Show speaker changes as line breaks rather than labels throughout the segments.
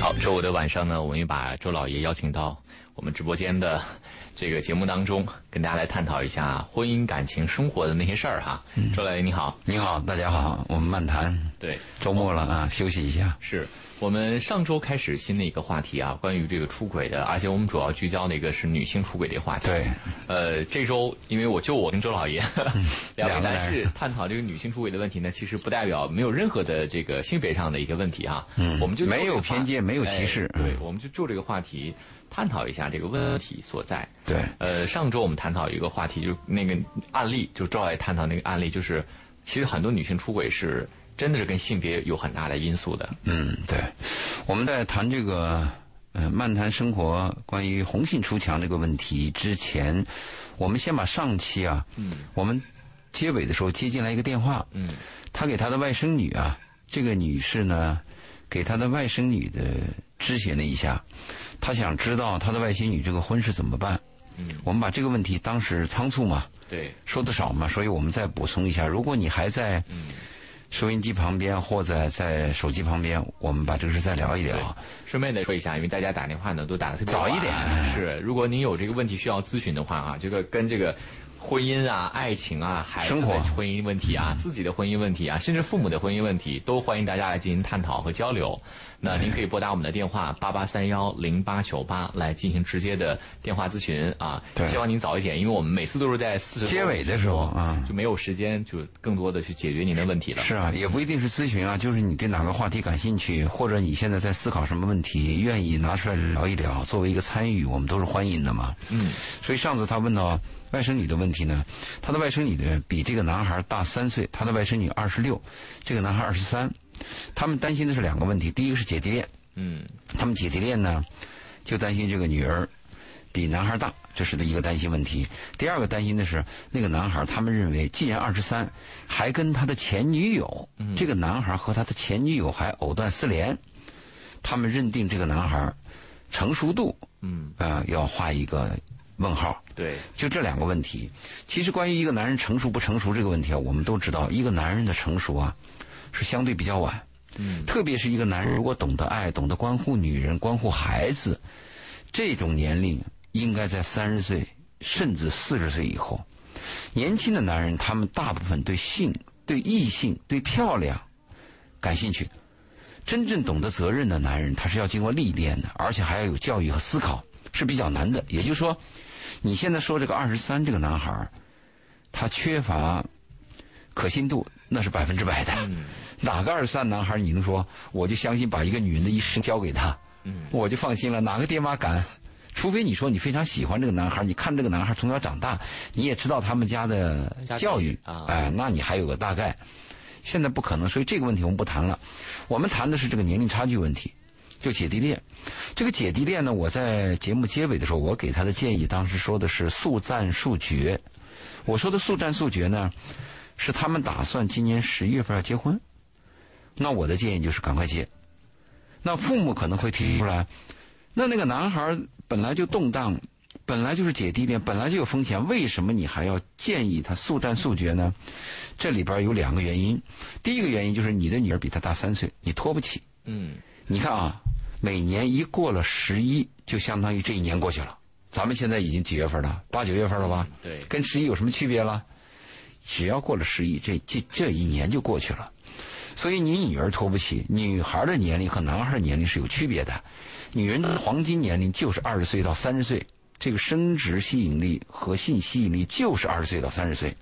好，周五的晚上呢，我们也把周老爷邀请到我们直播间的这个节目当中，跟大家来探讨一下婚姻、感情、生活的那些事儿哈。周老爷你好，
你好，大家好，我们漫谈，
对，
周末了啊，休息一下。
是我们上周开始新的一个话题啊，关于这个出轨的，而且我们主要聚焦的一个是女性出轨的话题。
对，嗯
呃，这周因为我就我跟周老爷 两位
两个
男
人
士探讨这个女性出轨的问题呢，其实不代表没有任何的这个性别上的一个问题哈。嗯我们就
没有
就这个话
偏见没有歧视
哎对，我们就就这个话题探讨一下这个问题所在。
对
呃，上周我们探讨一个话题，就是那个案例，就赵老爷探讨那个案例，就是其实很多女性出轨是真的是跟性别有很大的因素的。
嗯，对，我们在谈这个呃漫谈生活关于红杏出墙这个问题之前，我们先把上期啊，嗯，我们结尾的时候接进来一个电话，
嗯，
他给他的外甥女啊，这个女士呢，给他的外甥女的知询了一下，他想知道他的外甥女这个婚事怎么办。
嗯，
我们把这个问题当时仓促嘛，
对，
说的少嘛，所以我们再补充一下。如果你还在收音机旁边或者在手机旁边，我们把这个事再聊一聊。
顺便再说一下，因为大家打电话呢都打的特别
早
晚
一点
是，如果您有这个问题需要咨询的话啊，这个跟这个婚姻啊、爱情啊、孩子
生活
的婚姻问题啊、自己的婚姻问题啊，甚至父母的婚姻问题，都欢迎大家来进行探讨和交流。那您可以拨打我们的电话八八三幺零八九八来进行直接的电话咨询啊。
对
希望您早一点，因为我们每次都是在四十
结尾的时候啊
就没有时间就更多的去解决您的问题了。
是啊，也不一定是咨询啊，就是你对哪个话题感兴趣，或者你现在在思考什么问题，愿意拿出来聊一聊，作为一个参与，我们都是欢迎的嘛。
嗯，
所以上次他问到外甥女的问题呢，他的外甥女呢比这个男孩大三岁，他的外甥女二十六，这个男孩二十三，他们担心的是两个问题，第一个是姐弟恋。
嗯
他们姐弟恋呢，就担心这个女儿比男孩大，这是一个担心问题。第二个担心的是，那个男孩，他们认为既然二十三，还跟他的前女友，这个男孩和他的前女友还藕断丝连，他们认定这个男孩成熟度，
嗯，
呃，要画一个问号。
对，
就这两个问题，其实关于一个男人成熟不成熟这个问题啊，我们都知道，一个男人的成熟啊，是相对比较晚。
嗯
特别是一个男人如果懂得爱、懂得关护女人、关护孩子，这种年龄应该在三十岁甚至四十岁以后。年轻的男人，他们大部分对性、对异性、对漂亮感兴趣。真正懂得责任的男人，他是要经过历练的，而且还要有教育和思考，是比较难的。也就是说，你现在说这个二十三这个男孩儿，他缺乏可信度，那是百分之百的。
嗯
哪个二十三男孩儿你能说我就相信把一个女人的一生交给他，
嗯
我就放心了？哪个爹妈敢？除非你说你非常喜欢这个男孩儿，你看这个男孩儿从小长大，你也知道他们家的
家庭
教育
啊
哎，那你还有个大概。现在不可能，所以这个问题我们不谈了。我们谈的是这个年龄差距问题，就姐弟恋。这个姐弟恋呢，我在节目结尾的时候，我给他的建议，当时说的是速战速决。我说的速战速决呢，是他们打算今年十月份要结婚。那我的建议就是赶快结。那父母可能会提出来，那那个男孩本来就动荡，本来就是姐弟恋，本来就有风险，为什么你还要建议他速战速决呢？这里边有两个原因，第一个原因就是你的女儿比他大三岁，你拖不起。
嗯。
你看啊，每年一过了十一，就相当于这一年过去了。咱们现在已经几月份了？八九月份了吧？
对
跟十一有什么区别了？只要过了十一，这这这一年就过去了。所以你女儿拖不起，女孩的年龄和男孩的年龄是有区别的。女人的黄金年龄就是二十岁到三十岁，这个生殖吸引力和性吸引力就是二十岁到三十岁。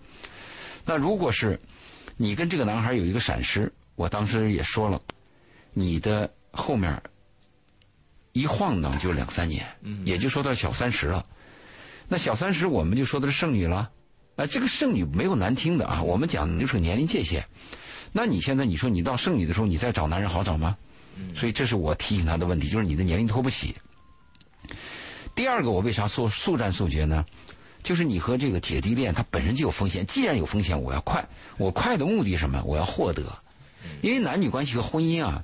那如果是你跟这个男孩有一个闪失，我当时也说了，你的后面一晃荡就两三年，也就说到小三十了。那小三十我们就说的是剩女了，啊，这个剩女没有难听的啊，我们讲的就是个年龄界限。那你现在你说你到剩女的时候，你再找男人好找吗？所以这是我提醒他的问题，就是你的年龄拖不起。第二个，我为啥速速战速决呢？就是你和这个姐弟恋，它本身就有风险。既然有风险，我要快。我快的目的是什么？我要获得。因为男女关系和婚姻啊，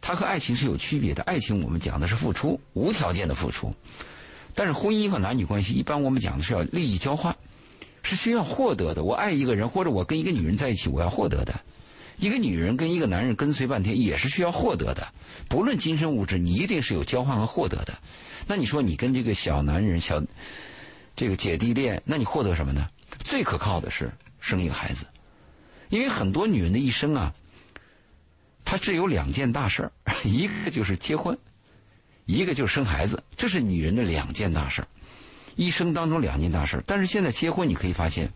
它和爱情是有区别的。爱情我们讲的是付出，无条件的付出；但是婚姻和男女关系，一般我们讲的是要利益交换，是需要获得的。我爱一个人，或者我跟一个女人在一起，我要获得的。一个女人跟一个男人跟随半天也是需要获得的，不论今生物质，你一定是有交换和获得的。那你说你跟这个小男人、小这个姐弟恋，那你获得什么呢？最可靠的是生一个孩子，因为很多女人的一生啊，她只有两件大事儿， 一个就是结婚，一个就是生孩子，这是女人的两件大事儿，一生当中两件大事儿。但是现在结婚，你可以发现，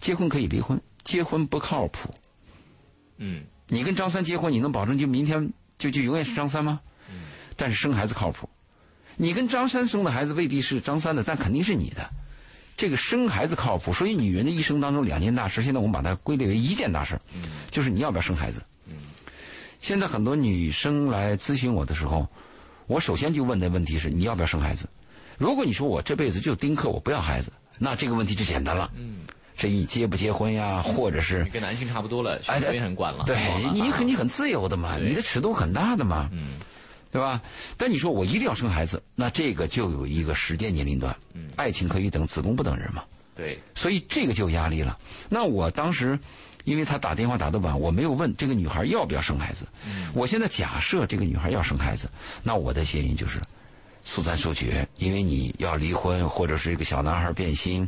结婚可以离婚，结婚不靠谱。
嗯，
你跟张三结婚，你能保证就明天就就永远是张三吗？但是生孩子靠谱，你跟张三生的孩子未必是张三的，但肯定是你的。这个生孩子靠谱，所以女人的一生当中两件大事，现在我们把它归类为一件大事，就是你要不要生孩子。现在很多女生来咨询我的时候，我首先就问的问题是你要不要生孩子？如果你说我这辈子就丁克，我不要孩子，那这个问题就简单了。嗯，至于你结不结婚呀，或者是
你跟男性差不多了，
哎
选择也很广了。广
对
了
你
啊
很你很自由的嘛，
对
你的尺度很大的嘛，嗯，对吧？但你说我一定要生孩子，那这个就有一个时间年龄段，嗯，爱情可以等，子宫不等人嘛，
对，
所以这个就有压力了。那我当时，因为他打电话打的晚，我没有问这个女孩要不要生孩子。
嗯
我现在假设这个女孩要生孩子，那我的建议就是速战速决，因为你要离婚或者是一个小男孩变心，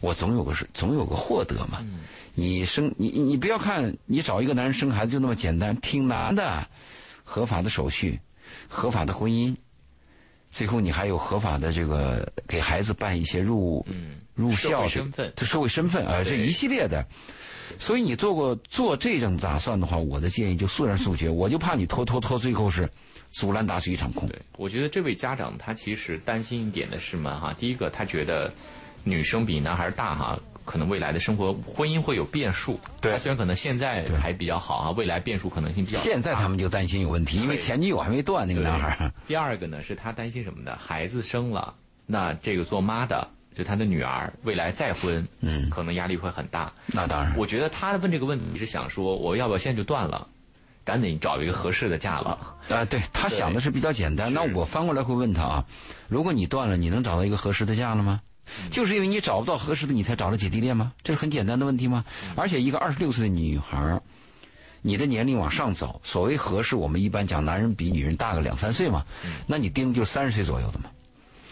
我总有个是总有个获得嘛。
嗯
你生你你你不要看你找一个男人生孩子就那么简单，挺难的，合法的手续，合法的婚姻。最后，你还有合法的这个给孩子办一些入、入
嗯社
校
会
的
身份
这社会身份啊，这
对
一系列的。所以你做过做这种打算的话，我的建议就速战速决。我就怕你拖拖拖，最后是竹篮打水一场空。
对，我觉得这位家长他其实担心一点的是嘛哈，第一个他觉得女生比男孩大哈，可能未来的生活婚姻会有变数。
对
他虽然可能现在还比较好啊，未来变数可能性比较大。
现在他们就担心有问题，因为
对
前女友还没断那个
对
男孩儿。
第二个呢，是他担心什么呢？孩子生了，那这个做妈的，就他的女儿未来再婚，嗯，可能压力会很大。
那当然，
我觉得他问这个问题是想说，我要不要现在就断了，赶紧找一个合适的嫁了。
啊，对他
对
想的是比较简单。那我翻过来会问他啊，如果你断了，你能找到一个合适的嫁了吗？就是因为你找不到合适的，你才找了姐弟恋吗？这是很简单的问题吗？而且一个二十六岁的女孩儿，你的年龄往上走，所谓合适，我们一般讲男人比女人大个两三岁嘛，那你盯就是三十岁左右的嘛。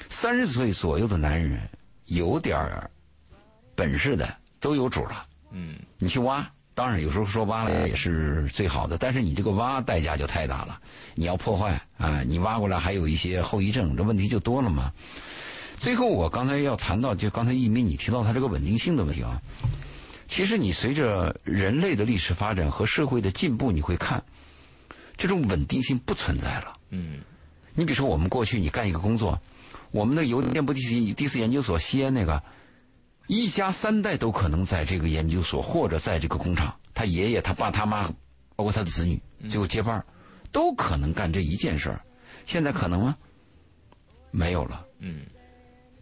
三十岁左右的男人有点儿本事的都有主了，
嗯，
你去挖，当然有时候说挖了也是最好的，但是你这个挖代价就太大了，你要破坏啊，你挖过来还有一些后遗症，这问题就多了嘛。最后我刚才要谈到，就刚才一鸣你提到它这个稳定性的问题啊，其实你随着人类的历史发展和社会的进步，你会看这种稳定性不存在了。
嗯，
你比如说，我们过去你干一个工作，我们的邮电部第四第四研究所西安那个，一家三代都可能在这个研究所或者在这个工厂，他爷爷、他爸、他妈，包括他的子女，最后接班儿，都可能干这一件事儿。现在可能吗？没有了。
嗯，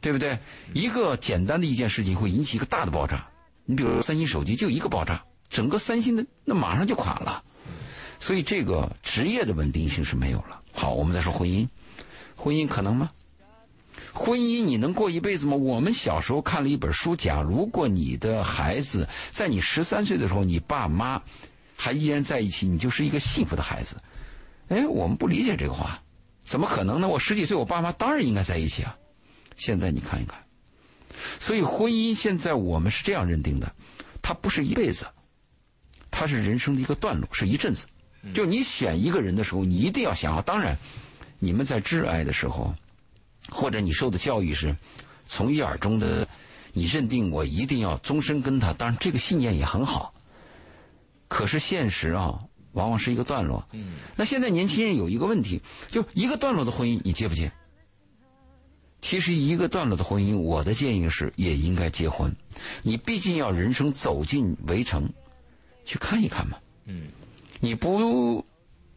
对不对？一个简单的一件事情会引起一个大的爆炸。你比如说三星手机就一个爆炸，整个三星的那马上就垮了。所以这个职业的稳定性是没有了。好，我们再说婚姻，婚姻可能吗？婚姻你能过一辈子吗？我们小时候看了一本书讲，如果你的孩子在你十三岁的时候，你爸妈还依然在一起，你就是一个幸福的孩子。哎，我们不理解这个话，怎么可能呢？我十几岁，我爸妈当然应该在一起啊。现在你看一看，所以婚姻现在我们是这样认定的，它不是一辈子，它是人生的一个段落，是一阵子。就你选一个人的时候，你一定要想好。啊当然，你们在挚爱的时候，或者你受的教育是从一而终的，你认定我一定要终身跟他。当然，这个信念也很好。可是现实啊，往往是一个段落。嗯。那现在年轻人有一个问题，就一个段落的婚姻，你结不结？其实一个段落的婚姻，我的建议是也应该结婚。你毕竟要人生走进围城，去看一看嘛。
嗯，
你不，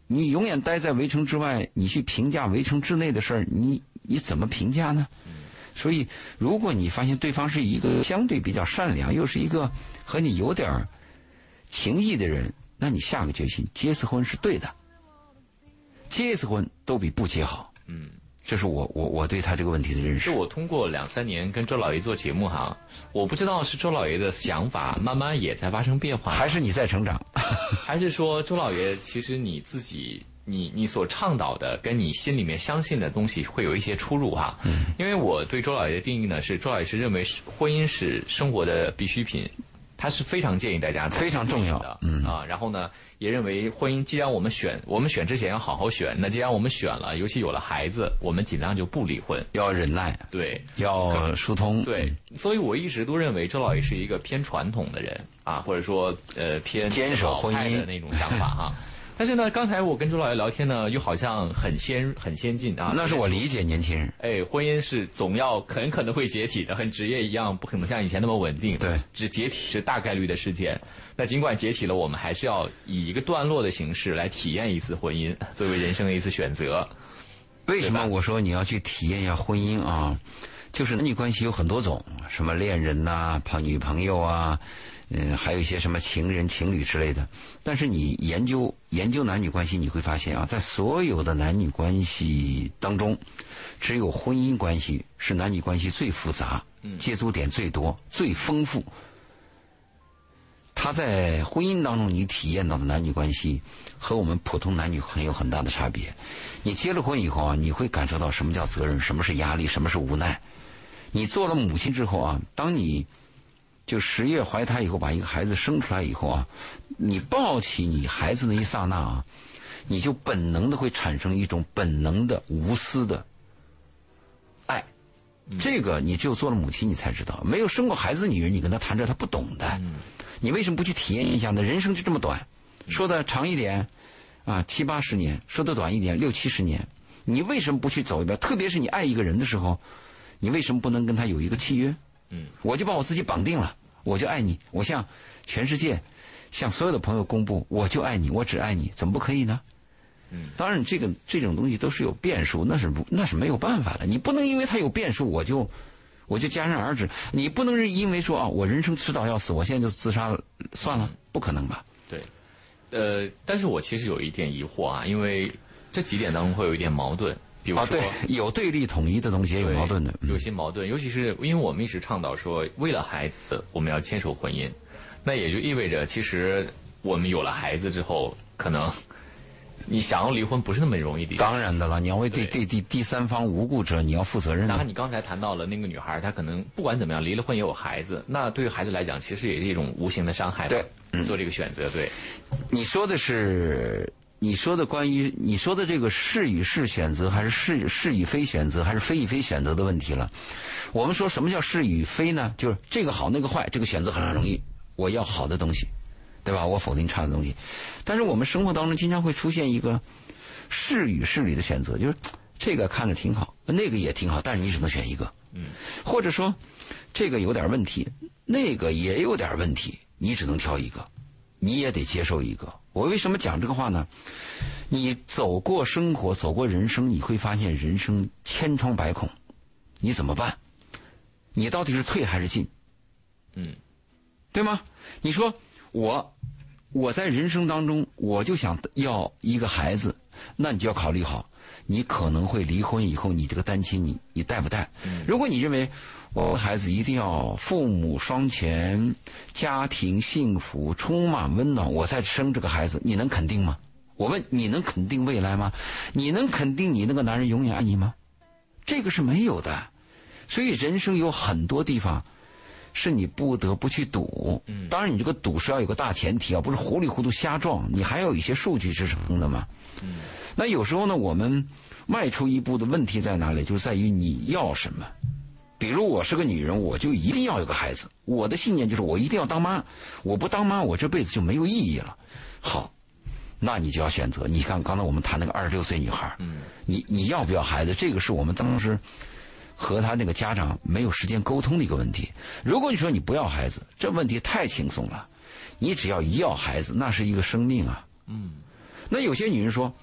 你永远待在围城之外，你去评价围城之内的事儿，你你怎么评价呢？
嗯
所以，如果你发现对方是一个相对比较善良，又是一个和你有点儿情谊的人，那你下个决心结一次婚是对的。结一次婚都比不结好。
嗯，
这是我我我对他这个问题的认识
就。我通过两三年跟周老爷做节目哈，我不知道是周老爷的想法慢慢也在发生变化，
还是你在成长？
还是说周老爷其实你自己你你所倡导的跟你心里面相信的东西会有一些出入哈、
嗯
因为我对周老爷的定义呢是周老爷是认为是婚姻是生活的必需品。他是非常建议大家
非常重要
的，嗯啊，然后呢，也认为婚姻，既然我们选，我们选之前要好好选。那既然我们选了，尤其有了孩子，我们尽量就不离婚。
要忍耐，
对，
要疏通。
对，所以我一直都认为周老爷是一个偏传统的人啊，或者说呃偏
坚守婚姻
老派的那种想法哈、 但是呢，刚才我跟周老爷聊天呢，又好像很先很先进啊。
那是我理解年轻人。
哎，婚姻是总要很可能会解体的，和职业一样，不可能像以前那么稳定。
对
只解体是大概率的事件。那尽管解体了，我们还是要以一个段落的形式来体验一次婚姻，作为人生的一次选择。
为什么我说你要去体验一下婚姻啊？就是男女关系有很多种，什么恋人呐、朋女朋友啊，嗯，还有一些什么情人、情侣之类的。但是你研究研究男女关系，你会发现啊，在所有的男女关系当中，只有婚姻关系是男女关系最复杂、接触点最多、最丰富。他在婚姻当中你体验到的男女关系，和我们普通男女很有很大的差别。你结了婚以后啊，你会感受到什么叫责任，什么是压力，什么是无奈。你做了母亲之后啊，当你就十月怀胎以后，把一个孩子生出来以后啊，你抱起你孩子那一刹那啊，你就本能的会产生一种本能的无私的爱。这个你只有做了母亲，你才知道。没有生过孩子的女人，你跟她谈这，她不懂的。你为什么不去体验一下呢？人生就这么短，说的长一点，啊，七八十年；说的短一点，六七十年。你为什么不去走一遍？特别是你爱一个人的时候，你为什么不能跟他有一个契约？
嗯，
我就把我自己绑定了，我就爱你，我向全世界、向所有的朋友公布，我就爱你，我只爱你，怎么不可以呢？当然，这个这种东西都是有变数，那是不那是没有办法的。你不能因为它有变数，我就我就戛然而止。你不能是因为说啊，我人生迟早要死，我现在就自杀了，算了，不可能吧？
对，呃，但是我其实有一点疑惑啊，因为这几点当中会有一点矛盾，比如说。
啊，对，有对立统一的东西，也有
对
矛盾的。嗯
有些矛盾，尤其是因为我们一直倡导说，为了孩子我们要坚守婚姻，那也就意味着，其实我们有了孩子之后，可能你想要离婚不是那么容易的。
当然的了，你要为对
对
对第第三方无故者，你要负责任
然后
的。
你刚才谈到了那个女孩，她可能不管怎么样离了婚也有孩子，那对于孩子来讲，其实也是一种无形的伤害吧。
对嗯
做这个选择，对，
你说的是，你说的关于你说的这个是与是选择，还是是是与非选择，还是非与非选择的问题了。我们说什么叫是与非呢？就是这个好那个坏，这个选择很容易。我要好的东西，对吧？我否定差的东西。但是我们生活当中经常会出现一个是与是里的选择，就是这个看着挺好，那个也挺好，但是你只能选一个。嗯，或者说这个有点问题，那个也有点问题，你只能挑一个。你也得接受一个。我为什么讲这个话呢？你走过生活，走过人生，你会发现人生千疮百孔，你怎么办？你到底是退还是进？
嗯，
对吗？你说我，我在人生当中，我就想要一个孩子，那你就要考虑好，你可能会离婚以后，你这个单亲你你带不带？如果你认为我孩子一定要父母双全，家庭幸福，充满温暖，我再生这个孩子，你能肯定吗？我问你能肯定未来吗？你能肯定你那个男人永远爱你吗？这个是没有的，所以人生有很多地方是你不得不去赌。嗯，当然你这个赌是要有个大前提啊，不是糊里糊涂瞎撞，你还要有一些数据支撑的嘛。嗯，那有时候呢，我们迈出一步的问题在哪里？就在于你要什么。比如我是个女人，我就一定要有个孩子。我的信念就是我一定要当妈，我不当妈，我这辈子就没有意义了。好，那你就要选择。你看刚才我们谈那个二十六岁女孩，嗯，你你要不要孩子？这个是我们当时和他那个家长没有时间沟通的一个问题。如果你说你不要孩子，这问题太轻松了。你只要一要孩子，那是一个生命啊。嗯，那有些女人说。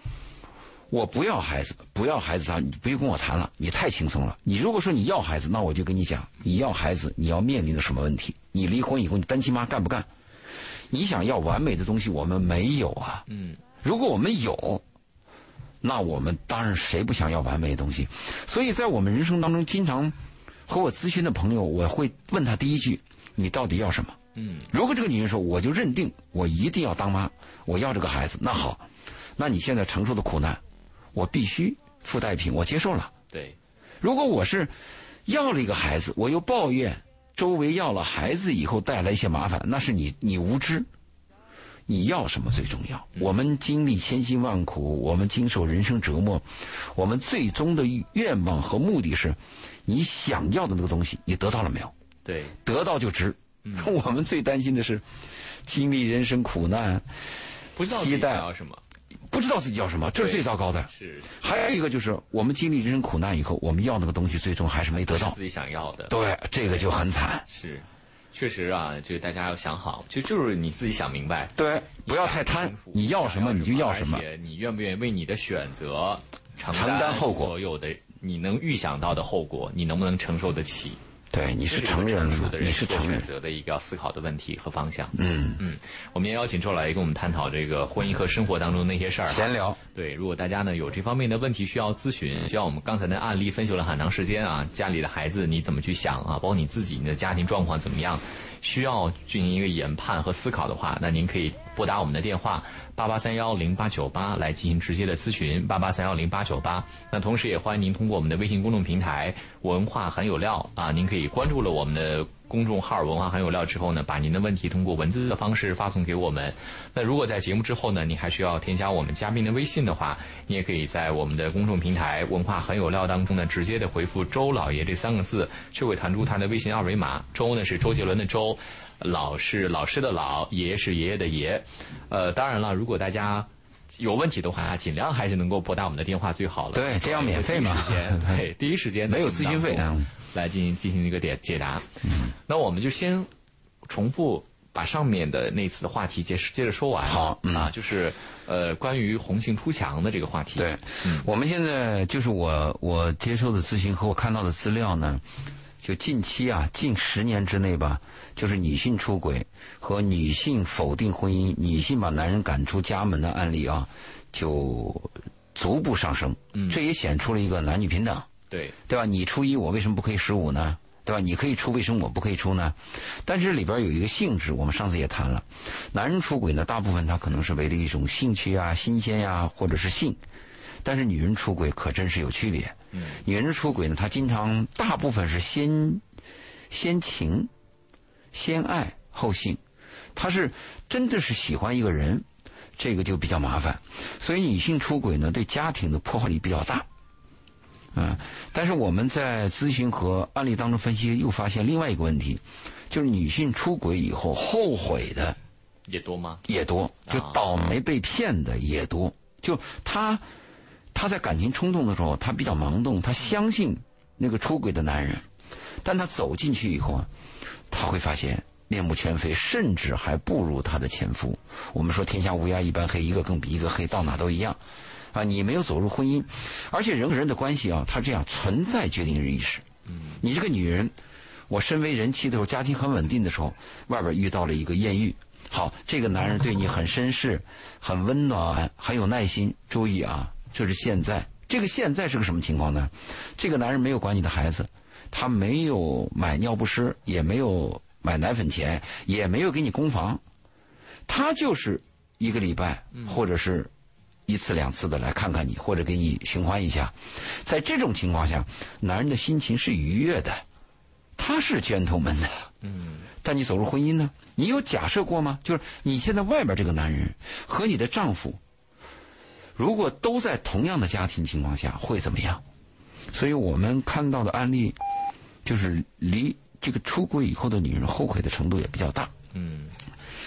我不要孩子，不要孩子啊！你不用跟我谈了，你太轻松了。你如果说你要孩子，那我就跟你讲，你要孩子你要面临的什么问题？你离婚以后，你单亲妈干不干？你想要完美的东西，我们没有啊。嗯，如果我们有，那我们当然谁不想要完美的东西？所以在我们人生当中，经常和我咨询的朋友，我会问他第一句：你到底要什么？
嗯，
如果这个女人说，我就认定我一定要当妈，我要这个孩子，那好，那你现在承受的苦难，我必须附带品，我接受了。
对，
如果我是要了一个孩子，我又抱怨周围要了孩子以后带来一些麻烦，那是你你无知。你要什么最重要？我们经历千辛万苦，我们经受人生折磨，我们最终的愿望和目的是，你想要的那个东西，你得到了没有？
对，
得到就值。 我们最担心的是，经历人生苦难，
不知道自己
期待
想要什么，
不知道自己要什么，这是
对
最糟糕的。
是是
还有一个就是，我们经历人生苦难以后，我们要那个东西，最终还是没得到
自。己想要的，
对，这个就很惨。
是，确实啊，就大家要想好，就就是你自己想明白，
对，不要太贪，你要什么你就要什么
而。且你愿不愿意为你的选择承
承担后果
所有的你能预想到的后果，你能不能承受得起？
对，你是
这
成
个
人了
成熟
吗
的？人
你是
做
成
选
人。
择的一个要思考的问题和方向。嗯嗯，我们也邀请周老爷跟我们探讨这个婚姻和生活当中那些事儿。
闲聊，
对，如果大家呢有这方面的问题需要咨询，像我们刚才的案例分析了很长时间啊，家里的孩子你怎么去想啊，包括你自己你的家庭状况怎么样，需要进行一个研判和思考的话，那您可以拨打我们的电话八八三幺零八九八来进行直接的咨询八八三幺零八九八。那同时也欢迎您通过我们的微信公众平台“文化很有料”啊，您可以关注了我们的公众号“文化很有料”之后呢，把您的问题通过文字的方式发送给我们。那如果在节目之后呢，您还需要添加我们嘉宾的微信的话，你也可以在我们的公众平台“文化很有料”当中呢，直接的回复“周老爷”这三个字，就会弹出他的微信二维码。周呢是周杰伦的周，老是老师的老，爷是爷爷的爷。呃，当然了，如果大家。有问题的话，尽量还是能够拨打我们的电话最好了。
对这样免费嘛
第一时间对，第一时间在
没有
节目
咨询
当
费
中
嗯
来进行进行一个解解答。那我们就先重复把上面的那次的话题接接着说完。
好嗯
啊，就是呃关于红杏出墙的这个话题。
对，
嗯
我们现在就是我我接受的咨询和我看到的资料呢，就近期啊，近十年之内吧，就是女性出轨和女性否定婚姻、女性把男人赶出家门的案例啊，就逐步上升。
嗯
这也显出了一个男女平等。
对
对吧？你初一，我为什么不可以十五呢？对吧？你可以出，为什么我不可以出呢？但是里边有一个性质，我们上次也谈了，男人出轨呢，大部分他可能是为了一种兴趣啊、新鲜呀、或者是性，但是女人出轨可真是有区别。
嗯，
女人出轨呢，她经常大部分是先先情、先爱后性，她是真的是喜欢一个人，这个就比较麻烦。所以女性出轨呢，对家庭的破坏力比较大。啊，但是我们在咨询和案例当中分析，又发现另外一个问题，就是女性出轨以后后悔的
也多吗？
也多，就
啊
倒霉被骗的也多。就她，她在感情冲动的时候，她比较盲动，她相信那个出轨的男人，但她走进去以后啊，她会发现面目全非，甚至还不如她的前夫。我们说天下乌鸦一般黑，一个更比一个黑，到哪都一样。啊，你没有走入婚姻，而且人和人的关系啊，它这样存在决定人意识。你这个女人，我身为人妻的时候，家庭很稳定的时候，外边遇到了一个艳遇，好，这个男人对你很绅士，很温暖，很有耐心。注意啊，这是现在，这个现在是个什么情况呢？这个男人没有管你的孩子，他没有买尿不湿，也没有买奶粉钱，也没有给你供房，他就是一个礼拜或者是一次两次的来看看你，或者给你寻欢一下。在这种情况下，男人的心情是愉悦的，他是 gentleman 的。
嗯，
但你走入婚姻呢？你有假设过吗？就是你现在外边这个男人和你的丈夫，如果都在同样的家庭情况下，会怎么样？所以我们看到的案例，就是离这个出轨以后的女人后悔的程度也比较大。
嗯，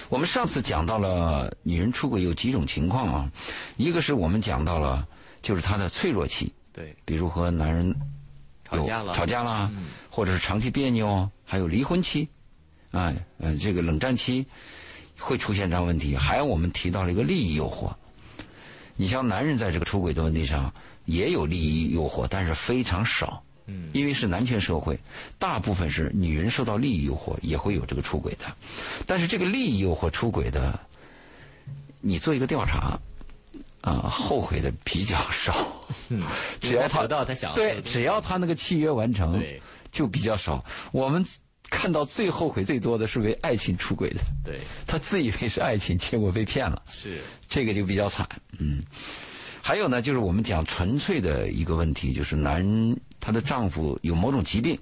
我们上次讲到了女人出轨有几种情况啊，一个是我们讲到了就是她的脆弱期，
对，
比如和男人
吵架了，嗯
吵架啦，或者是长期别扭，还有离婚期，啊，呃，这个冷战期会出现这样问题。还有我们提到了一个利益诱惑，你像男人在这个出轨的问题上也有利益诱惑，但是非常少，
嗯，
因为是男权社会，大部分是女人受到利益诱惑也会有这个出轨的，但是这个利益诱惑出轨的，你做一个调查，啊、啊、后悔的比较少。
嗯，
只要他
得到他想要的
对，嗯
东西
只要他那个契约完成，
对
就比较少。我们看到最后悔最多的是为爱情出轨的，
对
他自以为是爱情，结果被骗了。
是
这个就比较惨。嗯，还有呢，就是我们讲纯粹的一个问题，就是男人她的丈夫有某种疾病，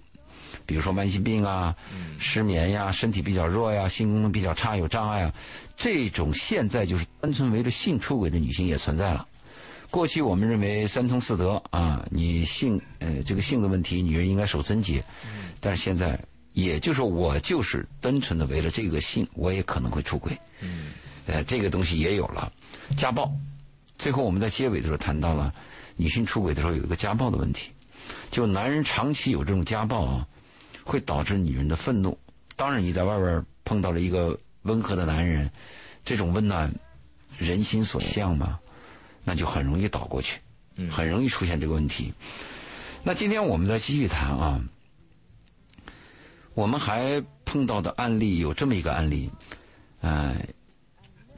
比如说慢性病啊、失眠呀、身体比较弱呀、性功能比较差、有障碍啊，这种现在就是单纯为了性出轨的女性也存在了。过去我们认为三从四德啊，你性呃这个性的问题，女人应该守贞洁，但是现在也就是说我就是单纯的为了这个性，我也可能会出轨。呃，这个东西也有了。家暴，最后我们在结尾的时候谈到了女性出轨的时候有一个家暴的问题，就男人长期有这种家暴啊，会导致女人的愤怒。当然，你在外边碰到了一个温和的男人，这种温暖，人心所向嘛，那就很容易倒过去，很容易出现这个问题。那今天我们再继续谈啊，我们还碰到的案例有这么一个案例，呃，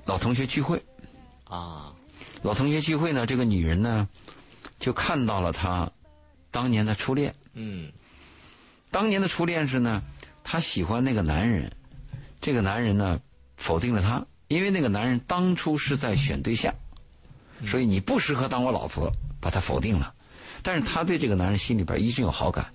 老同学聚会，
啊，
老同学聚会呢，这个女人呢，就看到了她当年的初恋。
嗯
当年的初恋是呢，她喜欢那个男人，这个男人呢否定了她，因为那个男人当初是在选对象，所以你不适合当我老婆，把她否定了。但是她对这个男人心里边一直有好感，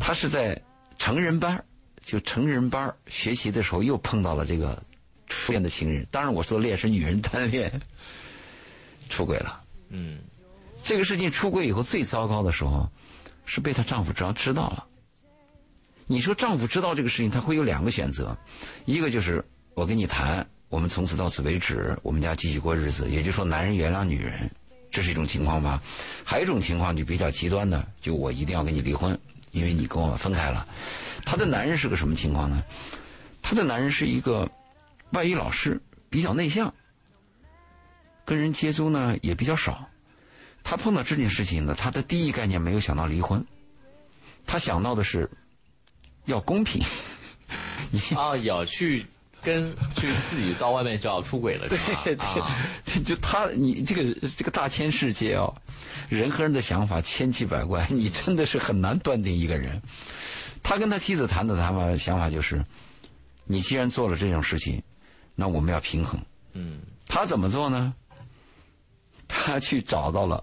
她是在成人班儿就成人班儿学习的时候又碰到了这个初恋的情人，当然我说的恋是女人单恋， 出轨了。
嗯
这个事情出轨以后最糟糕的时候，是被她丈夫知道知道了。你说丈夫知道这个事情，他会有两个选择，一个就是我跟你谈，我们从此到此为止，我们家继续过日子，也就是说男人原谅女人，这是一种情况吧。还有一种情况就比较极端的，就我一定要跟你离婚，因为你跟我分开了。她的男人是个什么情况呢？她的男人是一个外语老师，比较内向，跟人接触呢也比较少。他碰到这件事情呢，他的第一概念没有想到离婚，他想到的是要公平。
啊，有去跟去自己到外面就要出轨了是吧？
对
啊，
对，就他你这个这个大千世界哦，人和人的想法千奇百怪，你真的是很难断定一个人。他跟他妻子谈的谈法想法就是，你既然做了这种事情，那我们要平衡。
嗯
他怎么做呢？他去找到了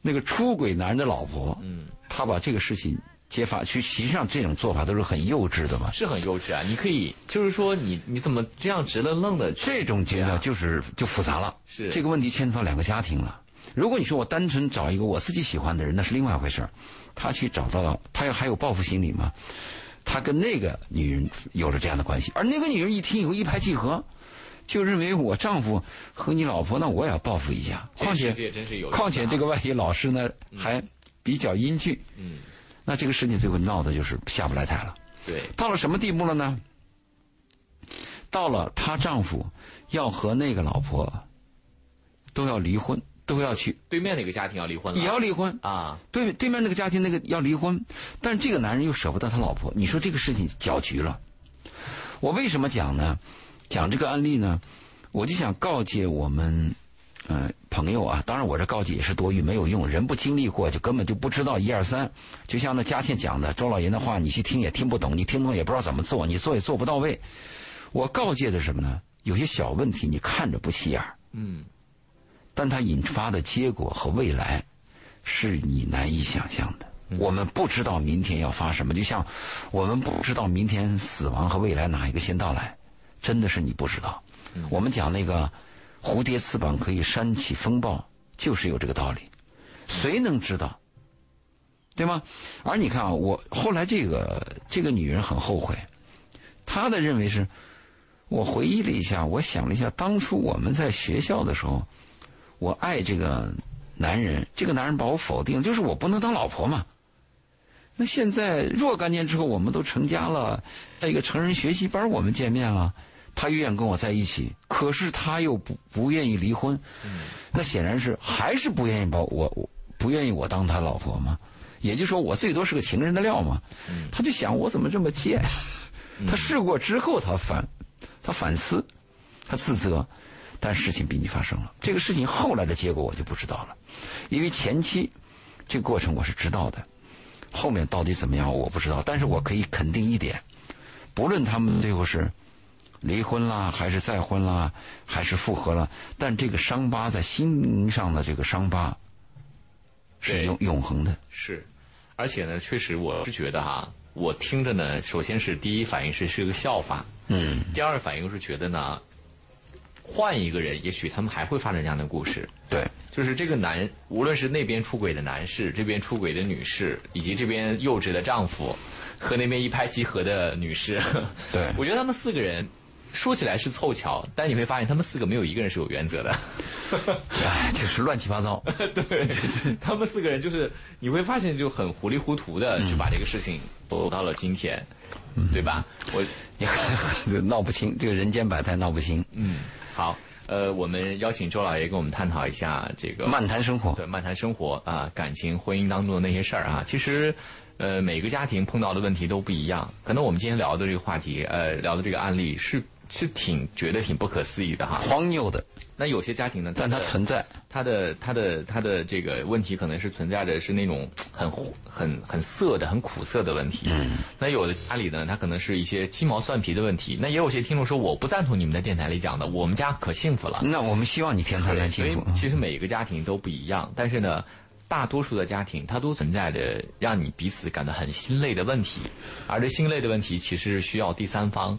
那个出轨男人的老婆，
嗯，
他把这个事情揭发，其实实际上这种做法都是很幼稚的嘛。
是很幼稚啊！你可以就是说你你怎么这样直愣愣的去？
这种情
对
况
啊
就是就复杂了，
是
这个问题牵扯到两个家庭了。如果你说我单纯找一个我自己喜欢的人，那是另外一回事儿他去找到了，他要还有报复心理嘛？他跟那个女人有了这样的关系，而那个女人一听以后一拍即合，就认为我丈夫和你老婆，那我也要报复一下。
这
况且
世界真是有意思啊
况且这个外语老师呢还比较英俊，
嗯
那这个事情最后闹的就是下不来台了。
对
到了什么地步了呢？到了她丈夫要和那个老婆都要离婚，都要去
对面那个家庭要离婚
也
了
要离婚。
啊，
对对面那个家庭那个要离婚，但是这个男人又舍不得他老婆，你说这个事情搅局了。我为什么讲呢？讲这个案例呢，我就想告诫我们，呃，朋友啊，当然我这告诫也是多余没有用，人不经历过就根本就不知道一二三。就像那佳倩讲的，周老爷的话，你去听也听不懂，你听懂也不知道怎么做，你做也做不到位。我告诫的是什么呢？有些小问题你看着不起眼儿
嗯
但它引发的结果和未来，是你难以想象的。我们不知道明天要发什么，就像我们不知道明天死亡和未来哪一个先到来，真的是你不知道。我们讲那个蝴蝶翅膀可以扇起风暴，就是有这个道理。谁能知道？对吗？而你看啊，我后来这个这个女人很后悔，她的认为是，我回忆了一下，我想了一下，当初我们在学校的时候，我爱这个男人，这个男人把我否定，就是我不能当老婆嘛。那现在若干年之后，我们都成家了，在一个成人学习班我们见面了，他愿意跟我在一起，可是他又不不愿意离婚，那显然是还是不愿意把我我不愿意我当他老婆嘛。也就是说，我最多是个情人的料嘛。他就想我怎么这么贱？他试过之后，他反，他反思，他自责，但事情比你发生了。这个事情后来的结果我就不知道了，因为前期这个过程我是知道的，后面到底怎么样我不知道。但是我可以肯定一点，不论他们最后是离婚啦，还是再婚啦，还是复合了，但这个伤疤在心灵上的这个伤疤是
对
永永恒的。
是，而且呢，确实我是觉得哈、我听着呢，首先是第一反应是是个笑话，嗯，第二反应是觉得呢，换一个人，也许他们还会发生这样的故事。
对，
就是这个男，无论是那边出轨的男士，这边出轨的女士，以及这边幼稚的丈夫，和那边一拍即合的女士，
对
我觉得他们四个人说起来是凑巧，但你会发现他们四个没有一个人是有原则的。
哎，就是乱七八糟。
对， 他们四个人就是你会发现就很糊里糊涂的就把这个事情走到了今天，对吧？我
也很闹不清，这个人间百态闹不清。
嗯，好，呃，我们邀请周老爷跟我们探讨一下这个
漫谈生活，
对漫谈生活啊、感情、婚姻当中的那些事儿啊，其实。呃，每个家庭碰到的问题都不一样，可能我们今天聊的这个话题，呃，聊的这个案例是是挺觉得挺不可思议的哈。
荒谬的，
那有些家庭呢，
但它
的
存在。
他的他的他的这个问题可能是存在着是那种很苦很很涩的、很苦涩的问题。嗯，那有的家里呢，他可能是一些鸡毛蒜皮的问题。那也有些听众说，我不赞同你们在电台里讲的，我们家可幸福了。
那我们希望你天天来
所
嗯幸
以
福。嗯
其实每一个家庭都不一样，但是呢，大多数的家庭它都存在着让你彼此感到很心累的问题，而这心累的问题其实是需要第三方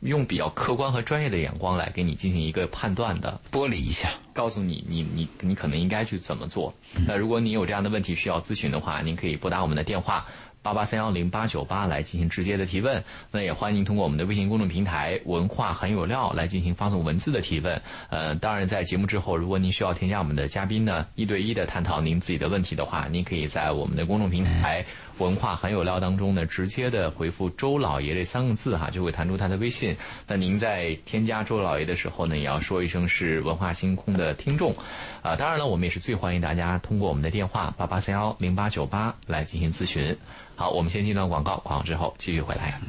用比较客观和专业的眼光来给你进行一个判断的。
剥离一下，
告诉你，你你你可能应该去怎么做。那如果你有这样的问题需要咨询的话，您可以拨打我们的电话八八三幺零八九八来进行直接的提问。那也欢迎您通过我们的微信公众平台“文化很有料”来进行发送文字的提问。呃，当然在节目之后，如果您需要添加我们的嘉宾呢，一对一的探讨您自己的问题的话，您可以在我们的公众平台。文化很有料当中呢，直接的回复“周老爷”这三个字哈，就会弹出他的微信。那您在添加周老爷的时候呢，也要说一声是文化星空的听众，啊、当然了，我们也是最欢迎大家通过我们的电话八八三幺零八九八来进行咨询。好，我们先进一段广告，广告之后继续回来。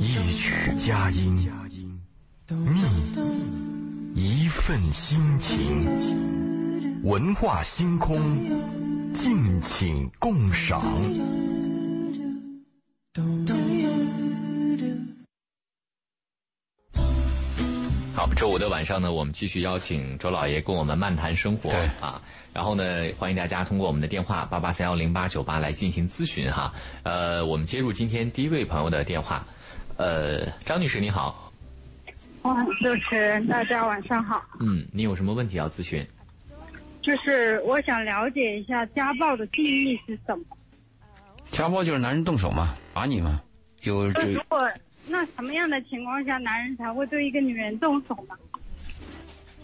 一曲佳音，觅一份心情。文化星空，敬请共赏。
好，周五的晚上呢，我们继续邀请周老爷跟我们漫谈生活
对
啊。然后呢，欢迎大家通过我们的电话八八三幺零八九八来进行咨询哈。呃，我们接入今天第一位朋友的电话，呃，张女士你好，
哇，主持人，哦大家晚上好。
嗯，你有什么问题要咨询？
就是我想了解一下家暴的定义是什么。
家暴就是男人动手嘛，打你嘛，有
就
这
如果那什么样的情况下，男人才会对一个女人动手呢？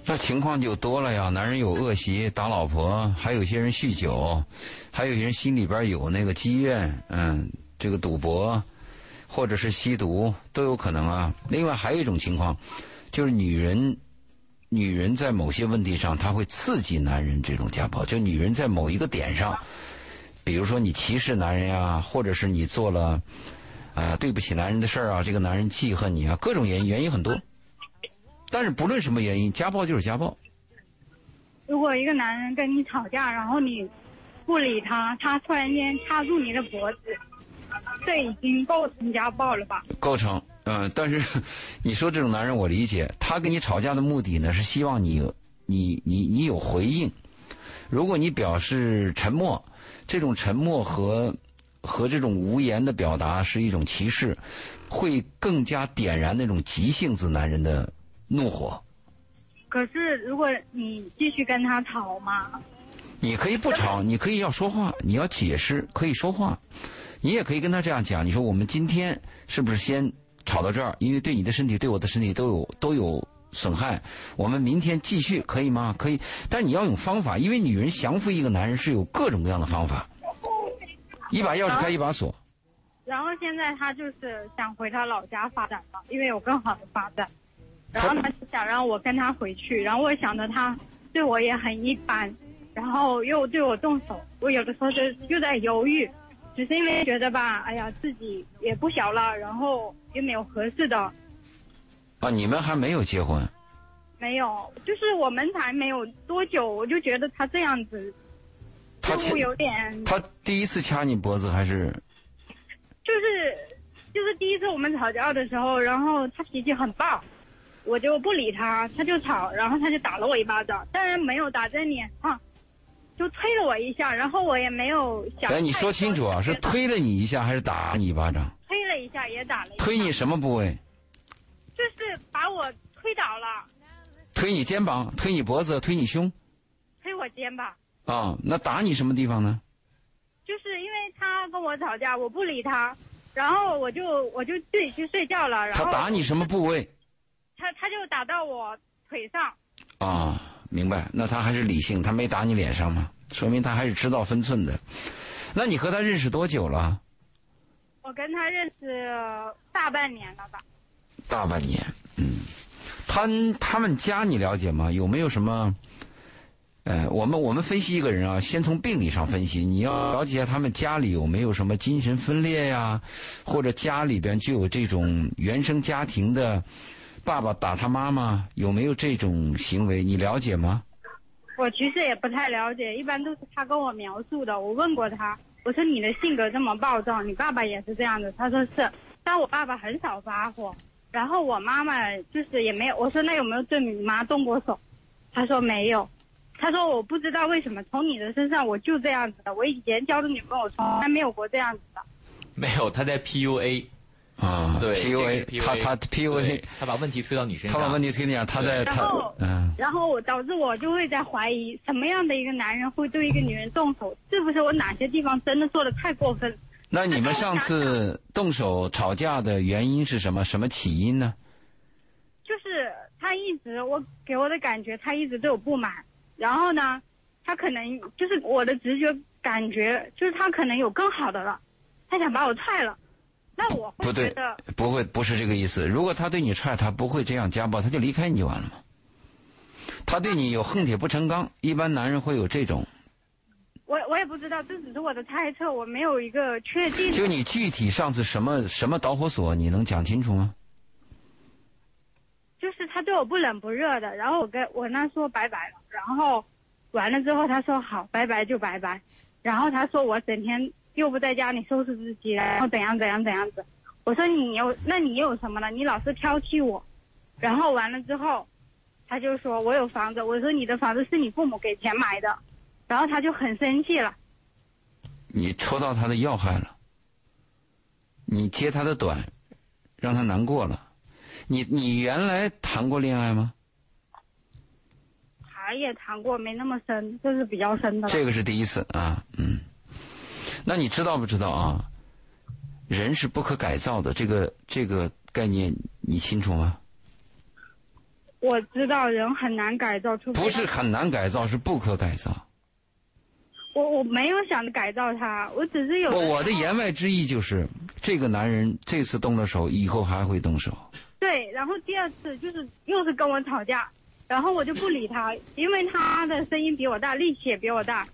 那情况就多了呀。男人有恶习，打老婆，还有些人酗酒，还有些人心里边有那个积怨，嗯，这个赌博，或者是吸毒都有可能啊。另外还有一种情况，就是女人，女人在某些问题上，她会刺激男人这种家暴，就女人在某一个点上，比如说你歧视男人呀、或者是你做了。啊、对不起男人的事儿啊，这个男人记恨你啊，各种原因原因很多。但是不论什么原因，家暴就是家暴。
如果一个男人跟你吵架，然后你不理他，他突然间掐住你的脖子，这已经构成家暴了吧？
构成，呃，但是 你说这种男人，我理解，他跟你吵架的目的呢，是希望你有你你你有回应。如果你表示沉默，这种沉默和和这种无言的表达是一种歧视，会更加点燃那种急性子男人的怒火。
可是如果你继续跟他吵嘛，
你可以不吵，你可以要说话，你要解释，可以说话。你也可以跟他这样讲，你说我们今天是不是先吵到这儿？因为对你的身体、对我的身体都有都有损害。我们明天继续可以吗？可以，但你要用方法，因为女人降服一个男人是有各种各样的方法，一把钥匙开一把锁。
然后现在他就是想回他老家发展嘛，因为有更好的发展。然后他就想让我跟他回去，然后我想着他对我也很一般，然后又对我动手，我有的时候就又在犹豫，只是因为觉得吧，哎呀，自己也不小了，然后也没有合适的，
啊，你们还没有结婚？
没有，就是我们才没有多久，我就觉得他这样子，
他
似乎
前
有点，
他第一次掐你脖子还是
就是就是第一次我们吵架的时候，然后他脾气很暴，我就不理他，他就吵，然后他就打了我一巴掌，当然没有打在脸上，就推了我一下，然后我也没有想。
哎，你说清楚啊，是推了你一下还是打你一巴掌？
推了一下也打了一下，
推你什么部位？
就是把我推倒了，
推你肩膀，推你脖子，推你胸
推我肩膀。
啊？那打你什么地方呢？
就是因为他跟我吵架，我不理他，然后我就我就自己去睡觉了。然
他
后
打你什么部位
他他就打到我腿上，
啊？明白？那他还是理性，他没打你脸上吗？说明他还是知道分寸的。那你和他认识多久了？
我跟他认识大半年了吧。
大半年。嗯，他他们家你了解吗？有没有什么？呃，我们我们分析一个人啊，先从病理上分析。你要了解他们家里有没有什么精神分裂呀、或者家里边就有这种原生家庭的爸爸打他妈妈，有没有这种行为？你了解吗？
我其实也不太了解，一般都是他跟我描述的。我问过他，我说你的性格这么暴躁，你爸爸也是这样的？他说是，但我爸爸很少发火，然后我妈妈就是也没有。我说那有没有对你妈动过手？他说没有。他说我不知道为什么从你的身上我就这样子的，我以前交的女朋友从来没有过这样子的。
没有，他在 PUA，
啊
对
，PUA，
这个
他他
对
PUA，
他把问题推到你身
他
上，
把问题推那样，他在
然
他
后
嗯，
然后我导致我就会在怀疑，什么样的一个男人会对一个女人动手？是不是我哪些地方真的做的太过分了？
那你们上次动手吵架的原因是什么？什么起因呢？
就是他一直我给我的感觉，他一直对我不满。然后呢，他可能就是我的直觉感觉，就是他可能有更好的了，他想把我踹了。那我
不
会
对
觉得，
不会，不是这个意思。如果他对你踹，他不会这样家暴，他就离开你就完了嘛。他对你有恨铁不成钢，一般男人会有这种。
我我也不知道，这只是我的猜测，我没有一个确定的。
就你具体上次什么什么导火索，你能讲清楚吗？
就是他对我不冷不热的，然后我跟我那说拜拜了，然后完了之后他说好，拜拜就拜拜，然后他说我整天又不在家里收拾自己，然后怎样怎样怎样子，我说你有那你有什么了？你老是挑剔我，然后完了之后，他就说我有房子，我说你的房子是你父母给钱买的，然后他就很生气了，
你戳到他的要害了，你揭他的短，让他难过了。你你原来谈过恋爱吗？
谈也谈过，没那么深，这是比较深的了。
这个是第一次啊，嗯。那你知道不知道啊？人是不可改造的，这个这个概念你清楚吗？
我知道人很难改造，出
不是很难改造，是不可改造。
我我没有想改造他，我只是有
我
时候
我的言外之意就是，这个男人这次动了手，以后还会动手。
对，然后第二次就是又是跟我吵架，然后我就不理他，因为他的声音比我大，力气也比我大，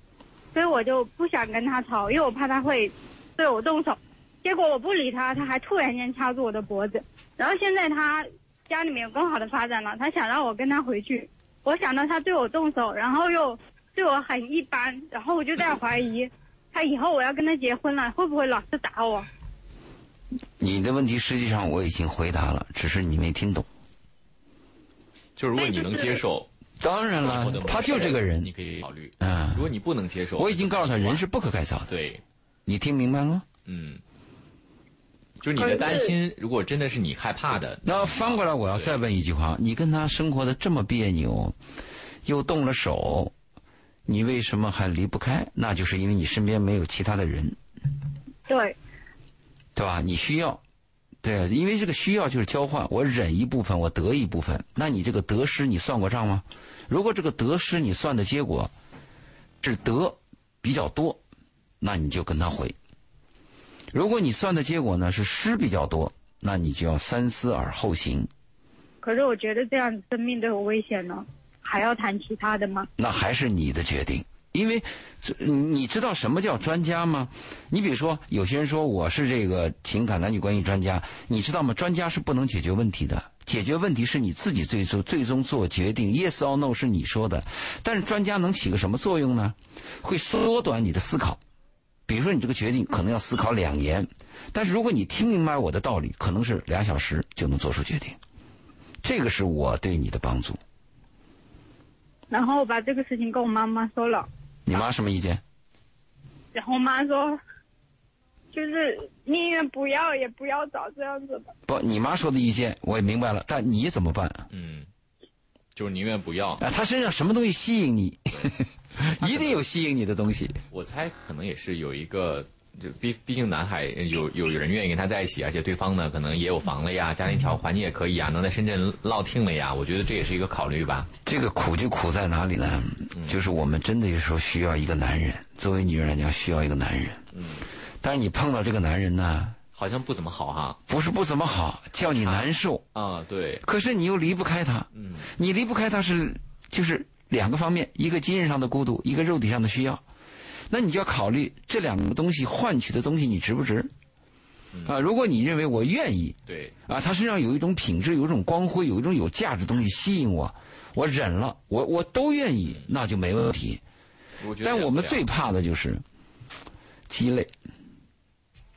所以我就不想跟他吵，因为我怕他会对我动手。结果我不理他，他还突然间掐住我的脖子。然后现在他家里面有更好的发展了，他想让我跟他回去。我想到他对我动手，然后又对我很一般，然后我就在怀疑，他以后我要跟他结婚了，会不会老是打我？
你的问题实际上我已经回答了，只是你没听懂。
就是如果你能接 受，
当然
以后
了
的，某
啊他就这个人
你，可以考虑。
嗯
如果你不能接受，
我已经告诉他，人是不可改造的。
对，
你听明白了吗？
嗯，就是你的担心，如果真的是你害怕的，
那翻过来，我要再问一句话：你跟他生活的这么别扭，又动了手，你为什么还离不开？那就是因为你身边没有其他的人，
对，
对吧？你需要，对啊，因为这个需要就是交换，我忍一部分，我得一部分。那你这个得失，你算过账吗？如果这个得失你算的结果是得比较多，那你就跟他回；如果你算的结果呢是失比较多，那你就要三思而后行。
可是我觉得这样生命都有危险了，还要谈其他的吗？
那还是你的决定。因为这你知道什么叫专家吗？你比如说，有些人说我是这个情感男女关系专家，你知道吗？专家是不能解决问题的，解决问题是你自己最终最终做决定，yes or no 是你说的。但是专家能起个什么作用呢？会缩短你的思考。比如说，你这个决定可能要思考两年，但是如果你听明白我的道理，可能是俩小时就能做出决定。这个是我对你的帮助。
然后我把这个事情跟我妈妈说了，
你妈什么意见？
然后我妈说，就是宁愿不要也不要找这样子的。
不，你妈说的意见我也明白了，但你怎么办？
嗯，就是宁愿不要。
啊，他身上什么东西吸引你？ 一定有吸引你的东西。
我猜可能也是有一个，就毕毕竟男孩有有人愿意跟他在一起，而且对方呢可能也有房了
嗯
呀，家庭条环境也可以啊，能在深圳落听了呀，我觉得这也是一个考虑吧。
这个苦就苦在哪里呢？就是我们真的有时候需要一个男人，作为女人来讲需要一个男人。但是你碰到这个男人呢，
好像不怎么好哈。
不是不怎么好，叫你难受，
啊，对，
可是你又离不开他。
嗯
你离不开他是就是两个方面，一个精神上的孤独，一个肉体上的需要。那你就要考虑这两个东西换取的东西你值不值？啊，如果你认为我愿意，
对，
啊，他身上有一种品质，有一种光辉，有一种有价值的东西吸引我，我忍了，我我都愿意，那就没问题。
我觉得
但
也
我们
嗯不了
最怕的就是鸡肋。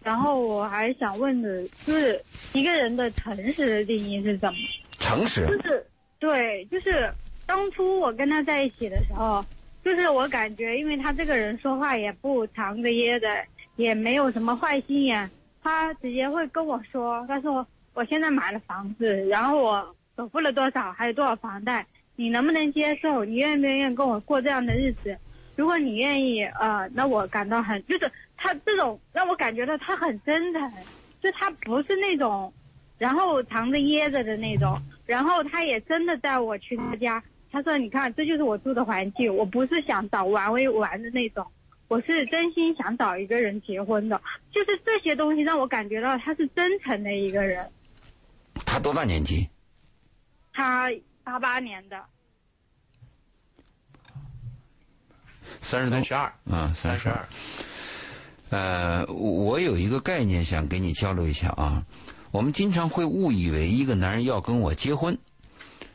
然后我还想问的，就是一个人的诚实的定义是怎么？
诚实
就是对，就是当初我跟他在一起的时候，就是我感觉，因为他这个人说话也不藏着掖着，也没有什么坏心眼，他直接会跟我说，他说我现在买了房子，然后我首付了多少，还有多少房贷，你能不能接受？你愿不愿意跟我过这样的日子？如果你愿意，呃，那我感到很，就是他这种让我感觉到他很真诚，就他不是那种然后藏着掖着的那种。然后他也真的带我去他家，他说：“你看，这就是我住的环境，我不是想找玩归玩的那种，我是真心想找一个人结婚的。”就是这些东西让我感觉到他是真诚的一个人。
他多大年纪？
他八八年的，
三十多
三十二，
啊，三
三
十
十
二。
二，
呃，我有一个概念想跟你交流一下啊。我们经常会误以为一个男人要跟我结婚，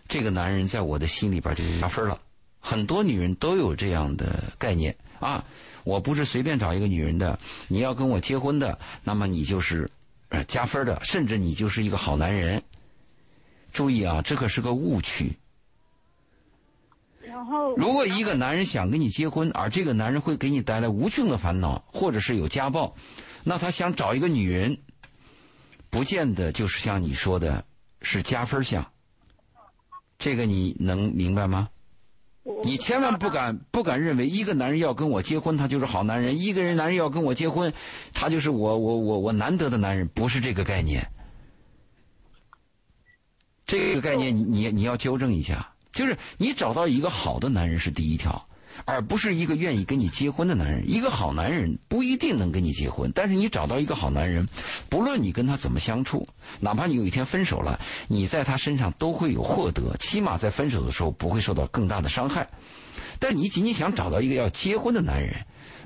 这个男人在我的心里边就加分了。很多女人都有这样的概念啊，我不是随便找一个女人的，你要跟我结婚的，那么你就是呃加分的，甚至你就是一个好男人。注意啊，这可是个误区。
然后
如果一个男人想跟你结婚，而这个男人会给你带来无穷的烦恼，或者是有家暴，那他想找一个女人，不见得就是像你说的是加分项。这个你能明白吗？
我
你千万不敢不敢认为一个男人要跟我结婚，他就是好男人；一个人男人要跟我结婚，他就是我我我我难得的男人，不是这个概念。这个概念你你你要纠正一下，就是你找到一个好的男人是第一条，而不是一个愿意跟你结婚的男人。一个好男人不一定能跟你结婚，但是你找到一个好男人，不论你跟他怎么相处，哪怕你有一天分手了，你在他身上都会有获得，起码在分手的时候不会受到更大的伤害。但你仅仅想找到一个要结婚的男人，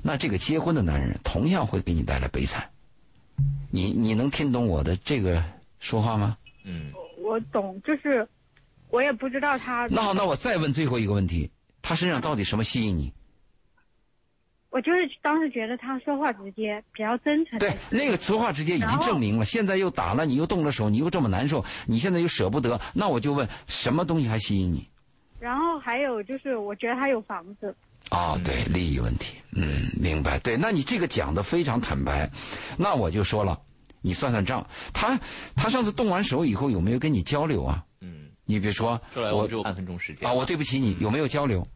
那这个结婚的男人同样会给你带来悲惨。你你能听懂我的这个说话吗？
嗯，
我懂，就是我也不知道 他。
那好，那我再问最后一个问题：他身上到底什么吸引你？
我就是当时觉得他说话直接，比较真诚。
对，那个俗话直接已经证明了。现在又打了，你又动了手，你又这么难受，你现在又舍不得，那我就问，什么东西还吸引你？
然后还有就是，我觉得他有房子，
啊、对，利益问题，嗯，明白。对，那你这个讲的非常坦白，那我就说了，你算算账，他他上次动完手以后有没有跟你交流啊？
嗯，
你比如说，
后来我
我
就半分钟时间
啊，我对不起你，有没有交
嗯
流？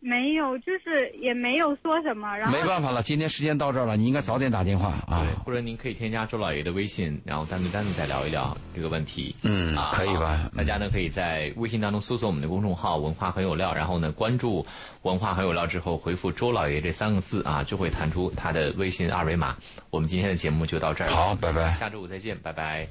没有，就是也没有说什么。然后
没办法了，今天时间到这儿了，你应该早点打电话
对，
啊。
或者您可以添加周老爷的微信，然后单独单独再聊一聊这个问题。
嗯
啊，
可以吧？
大家呢可以在微信当中搜索我们的公众号“文化很有料”，然后呢关注“文化很有料”之后回复“周老爷”这三个字啊，就会弹出他的微信二维码。我们今天的节目就到这儿了，
好，拜拜。
下周五再见，拜拜。